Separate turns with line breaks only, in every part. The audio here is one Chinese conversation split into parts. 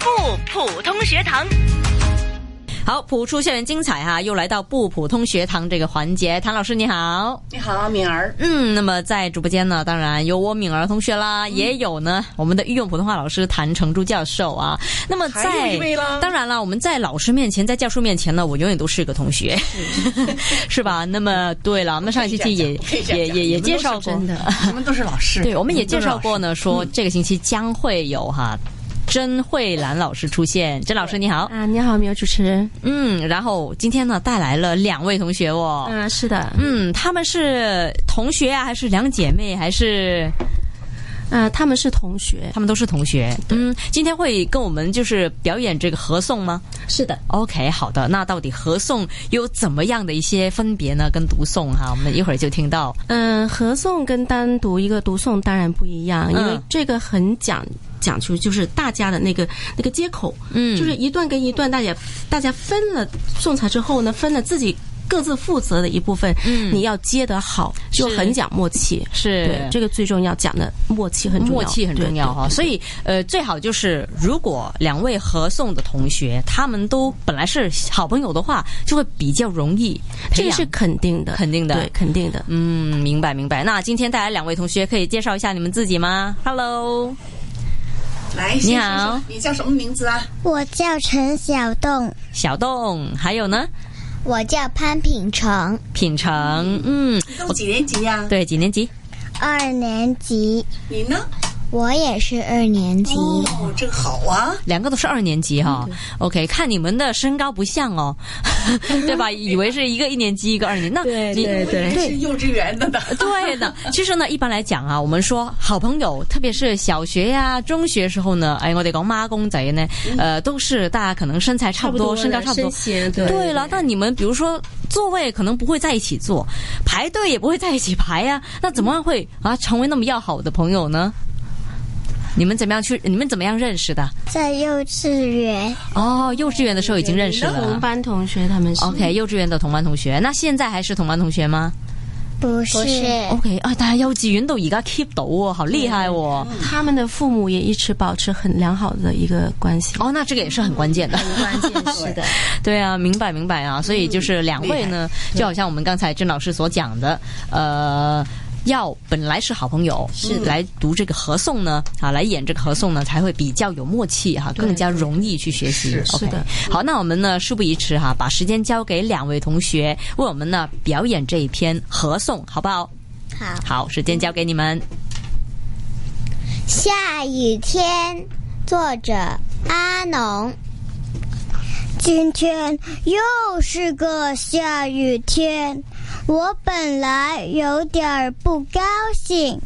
不普通学堂。
好，普出校园精彩哈，又来到不普通学堂这个环节。谭老师你好，
你好，敏儿。
嗯，那么在直播间呢，当然有我敏儿同学啦，
嗯
也有呢我们的御用普通话老师谭成珠教授啊。那么
还
在
有一位啦
当然了，我们在老师面前，在教授面前呢，我永远都是个同学， 是吧？那么对了，那上一期也
不可以这样
也
讲
也也
你们都
介
是
绍过
真，的，我们都是老师。嗯
对，我们也介绍
你们
过呢，说这个星期将会有哈。甄慧兰老师出现，甄老师你好，
啊，你好，米有主持人。
嗯，然后今天呢带来了两位同学哦，
嗯、是的，
嗯，他们是同学啊，还是两姐妹，还是
呃，他们是同学。
他们都是同学？嗯，今天会跟我们就是表演这个合颂吗
是的，
？OK，好的。那到底合颂有怎么样的一些分别呢？跟读诵哈，我们一会儿就听到。
嗯、合诵跟单独一个读诵当然不一样，因为
嗯
这个很讲讲究，就是大家的那个那个接口，
嗯
就是一段跟一段，大家大家分了送材之后呢，分了自己各自负责的一部分，
嗯
你要接得好，就是很讲默契。对
是，
这个最重要，讲的默契很重要，
默契很重要哈。所以呃，最好就是如果两位合颂的同学，他们都本来是好朋友的话，就会比较容易培
对，这个
养。
是肯定的，
肯定的
对，肯定的。
嗯，明白明白。那今天带来两位同学，可以介绍一下你们自己吗
都是老
？Hello。
师来，
你
先
好
说说你叫什么名字啊？
我叫陈小栋，
小栋，还有呢，
我叫潘品成，
品成，嗯，
你都几年级呀？
对，几年级？
二年级，
你呢？
我也是二年级。
哦，这个好啊。
两个都是二年级哈、OK，看你们的身高不像哦， 对吧？以为是一个一年级，一个二年级。那
对
你
对对
我以为是幼稚园的呢。
对的，其实呢，一般来讲啊，我们说好朋友，特别是小学呀、中学时候呢，哎，我哋讲孖公仔呢，呃，都是大家可能身材差不多，身高差不多。
形对
对了，那你们比如说座位可能不会在一起坐，排队也不会在一起排呀、那怎么样会啊成为那么要好的朋友呢？你们怎么样去？你们怎么样认识的？
在幼稚园，
哦，幼稚园的啊哦时候已经认识
同
了。
班同学他们是
OK，幼稚园的同班同学，那现在还是同班同学吗
不是，
嗯
？OK，啊，但系幼稚园到而家 keep 到喎，好厉害哦！
他们的父母也一直保持很良好的一个关系。
哦，那这个也是很关键的。
关键是的，嗯
对啊，明白明白啊，所以就是两位呢，就好像我们刚才郑老师所讲的，呃。要本来是好朋友，是来读这个合颂呢，啊，来演这个合颂呢，才会比较有默契哈、更加容易去学习。OK，
是的
好，那我们呢事不宜迟哈、把时间交给两位同学，为我们呢表演这一篇合颂，好不好？
好。
好，时间交给你们。
下雨天，作者阿农。今天又是个下雨天，我本来有点儿不高兴，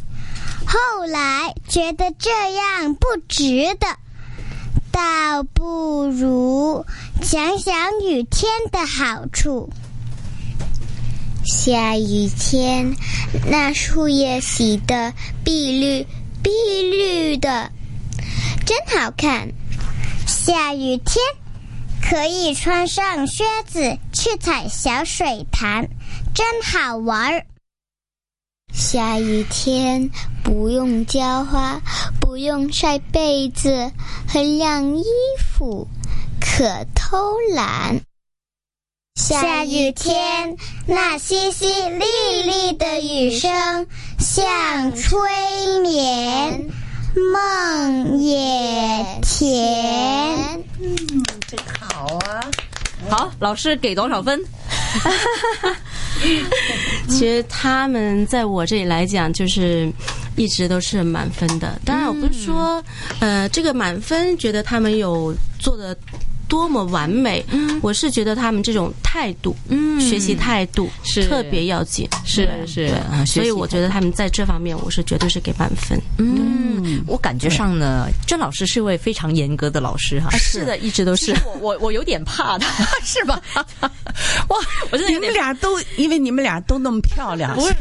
后来觉得这样不值得，倒不如想想雨天的好处。下雨天，那树叶洗得碧绿碧绿的，真好看。下雨天可以穿上靴子去踩小水潭，真好玩儿。下雨天不用浇花，不用晒被子和晾衣服，可偷懒。下雨天，那淅淅沥沥的雨声像催眠，梦也甜。
好啊，
好，老师给多少分？
其实他们在我这里来讲，就是一直都是满分的。当然，我不是说，
嗯
呃，这个满分觉得他们有做的多么完美，我是觉得他们这种态度，
嗯
学习态度
是
特别要紧，
是
对
是
对
啊学习
所以我觉得他们在这方面，我是绝对是给满分。
嗯，我感觉上呢，郑老师是位非常严格的老师哈。
是的，一直都是。
我我我有点怕他， 是吧？我我真的
你
有
们
点
俩都因为你们俩都那么漂亮，
不是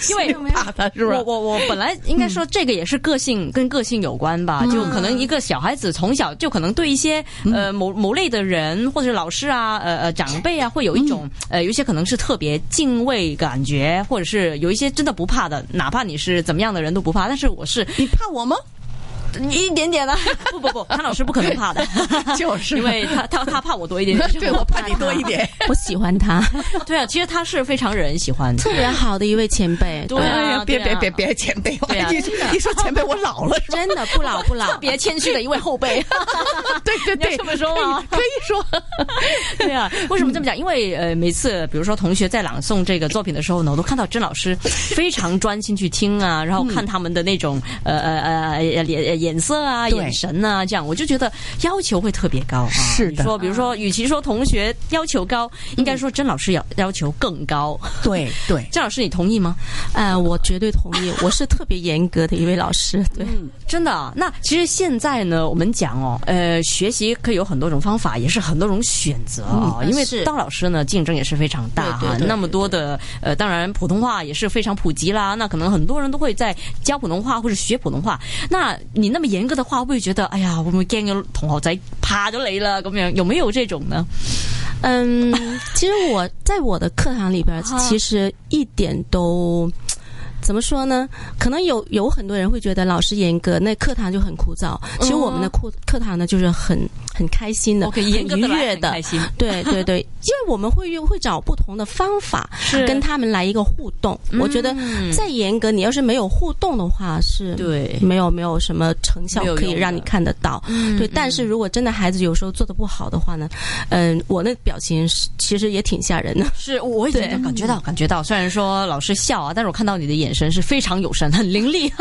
所以都
因为
怕他是吧？
我我我本来应该说这个也是个性跟个性有关吧，就可能一个小孩子从小就可能对一些呃某某类的人或者老师啊呃呃长辈啊会有一种呃有一些可能是特别敬畏感觉，或者是有一些真的不怕的，哪怕你是怎么样的人都不怕。但是我是
你怕我吗？
一点点了。不不不，潘老师不可能怕的，
就是
因为他他他怕我多一点点，
对我怕你多一点。
我喜 欢他，
对啊，其实他是非常惹人喜欢的
特。别好的一位前辈，
对啊
哎呀，别
对
别
啊
别别，前辈，我
对啊
一一说前辈，我老了 是吧？
真的不老不老，
特别谦虚的一位后 辈，
对对
你要
对，嗯
这么说吗
可以可以说，
对啊，为什么这么讲？因为呃，每次比如说同学在朗诵这个作品的时候呢，我都看到甄老师非常专心去听啊，然后
嗯
看他们的那种呃呃呃眼眼色啊、
对
眼神啊，这样我就觉得要求会特别高啊。
是的嗯
你说比如说，与其说同学要求高，应该说甄老师要要求更高。
对对，
甄老师，你同意吗？
呃，我绝对同 意，我是特别严格的一位老师，对，
真的啊，那其实现在呢，我们讲哦，呃，学习可以有很多种方法，也是很多种选择啊、
嗯
因为
是
当老师呢，竞争也是非常大
对
哈、
对对
那么多的呃，当然普通话也是非常普及啦。那可能很多人都会在教普通话或者学普通话。那你那么严格的话，会不会觉得哎呀，我们惊咗同学仔怕咗你啦？咁样有没有这种呢？
嗯，其实我在我的课堂里边儿
啊，
其实一点都。怎么说呢？可能有有很多人会觉得老师严格，那课堂就很枯燥。其实我们的课课堂呢，就是很很开心的，
嗯，OK，
很
严格
愉
的
悦的
开。心，
对 对对，因为我们会用会找不同的方法
是
跟他们来一个互动。我觉得
嗯
再严格，你要是没有互动的话，是
对
没有没有嗯什么成效
没有
可以
用
让
的
你看得到。对，但是如果真的孩子有时候做的不好的话呢，嗯，我那表情是其实也挺吓人的。
是我已经
对
感觉到感觉到，虽然说老师笑啊，但是我看到你的眼神是非常有神，很凌厉。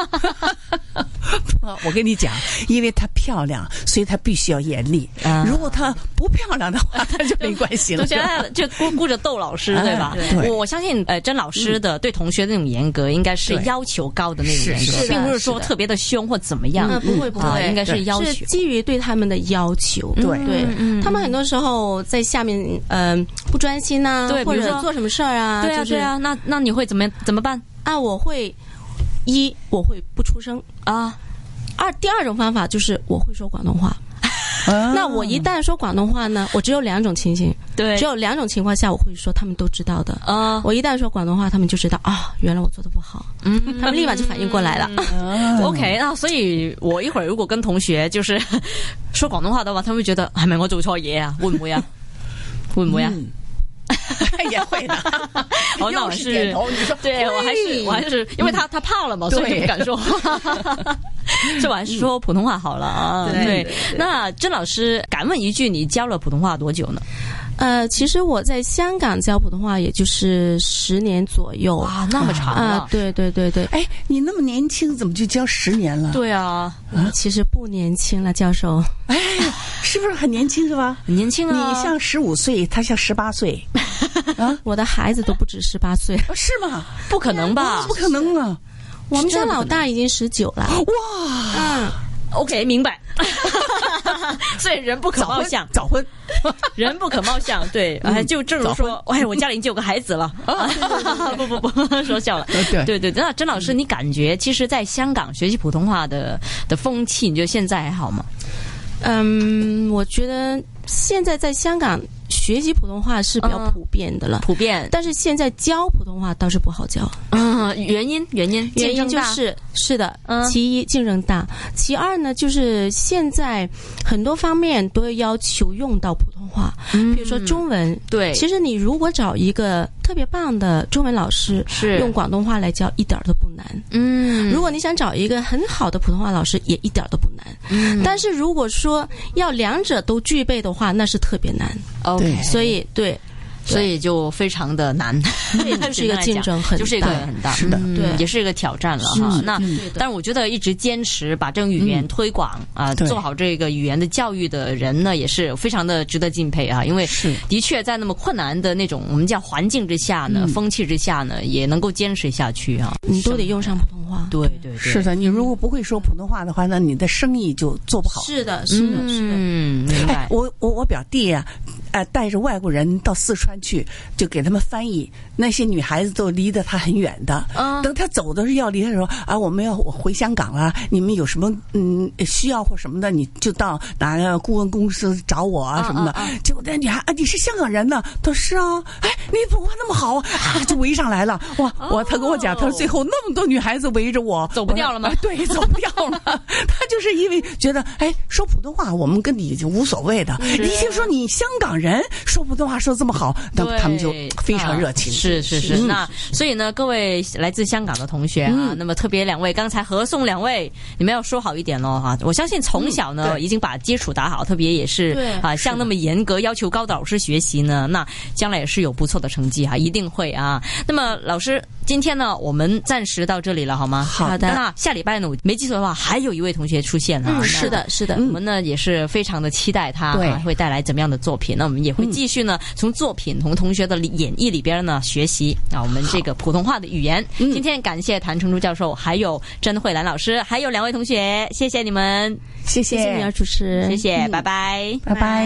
啊我跟你讲，因为她漂亮，所以她必须要严厉
啊。
如果她不漂亮的话，她就没关系了
都。觉得哎就顾顾着逗老师，对吧？
哎对
我我相信，呃，甄老师的对同学的那种严格，应该是
对
要求高的那种严
是
格，
是
并不是
是的
说特别的凶或怎么样
嗯不会不
啊，
会
应该是
对
要
是嗯
求。
基于对他们的要求。
对
对，他们很多时候在下面，嗯、不专心呐、
对
或
比如
者
说
做什么事儿啊，
对啊，
就是
对啊，那那你会怎么样怎么办
啊，我会一我会不出声，
啊？
二第二种方法就是我会说广东话。那我一旦说广东话呢，我只有两种情形，
对
只有两种情况下我会说，他们都知道的。
啊，
我一旦说广东话，他们就知道啊、原来我做的不好，
嗯
他们立马就反应过来了。
OK，那所以我一会儿如果跟同学就是 说广东话的话，他们会觉得系哎咪我做错嘢啊？会唔会啊？会唔会啊？
也会的，
哦，那
又
我
是点头，你说
对我还是我还是
哎
因为他他怕了嘛，所以就不敢 说话。这我还是说普通话好了啊。
对对
对，那甄老师敢问一句，你教了普通话多久呢？
呃，其实我在香港教普通话也就是十年左右
哇，那么长
啊、
啊！
对对对对，
哎，你那么年轻，怎么就教十年了？
对啊，
其实不年轻了，教授。
哎是不是很年轻是吧？
很年轻
你
啊！
像十五岁，他像十八岁，
我的孩子都不止十八岁，
哦
啊是吗？
不可能 吧
不可能啊！
我们家老大已经十九了。
哇，
嗯，
哦？OK，明 白。所以人不可
早
貌
婚
相，
早嗯婚，
人不可貌相，对，哎，就正如说，哎，我家里已经有个孩子了， 不不不， 说笑了，
哦对嗯
对对，那甄老师，你感觉其实，在香港学习普通话的的风气，你觉得现在还好吗？
嗯，我觉得现在在香港学习普通话是比较
嗯
普遍的了，
普遍，
但是现在教普通话倒是不好教，
嗯，原因原因
原因就
大
是是的，
嗯
其一竞争大，其二呢就是现在很多方面都会要求用到普通话，比如说中文。
嗯对，
其实你如果找一个特别棒的中文老师，
是
用广东话来教一点儿都不难。
嗯
如果你想找一个很好的普通话老师，也一点儿都不难。
嗯
但是如果说要两者都具备的话，那是特别难。
OK，
对
所以，对，
所以就非常的难，
对， 就是一个竞争很大，
就是一个很大，
是的
嗯
对
也是一嗯个挑战了哈。那但是我觉得一直坚持把这种语言推广啊，
对
做好这个语言的教育的人呢，也是非常的值得敬佩啊。因为
是
的确在那么困难的那种我们叫环境之下呢，风气之下呢，也能够坚持下去啊。
你都得用上普通话。
对对对，
是的，你如果不会说普通话的话，那你的生意就做不好。
是的，是的，是的。
嗯，明
哎
白，
我我我表弟呀、呃带着外国人到四川去，就给他们翻译。那些女孩子都离得他很远的，
嗯
等他走的时候要离的时候啊，我们要我回香港了，你们有什么嗯需要或什么的，你就到哪个顾问公司找我
嗯
啊什么的。结果那女孩啊，你是香港人呢？她说是啊，哎，你普通话那么好啊，啊就围上来了。哇，我他跟我讲，他说最后那么多女孩子围着我，
哦走不掉了吗
我说哎对，走不掉了。 他就是因为觉得，哎，说普通话我们跟你已经无所谓的，你一听说你香港人说普通话说这么好，那
对
他们就非常热情。嗯
啊是是是，那所以呢，各位来自香港的同学啊，那么特别两位，刚才合送两位，你们要说好一点喽哈。我相信从小呢，
嗯对
已经把基础打好，特别也是
对
啊，向那么严格要求高的老师学习呢，那将来也是有不错的成绩啊，一定会啊。那么老师，今天呢，我们暂时到这里了，好吗？
好
的
那下礼拜呢，我没记错的话，还有一位同学出现
嗯
啊。那
嗯是的，是的，
我们呢也是非常的期待他、
对
啊、会带来怎么样的作品。那我们也会继续呢，从作品从同学的演绎里边呢学习啊我们这个普通话的语言。今天感谢谭成珠教授，还有甄慧兰老师，还有两位同学，谢谢你们，
谢
谢谢你啊，主持人，
谢谢，拜拜。
拜拜。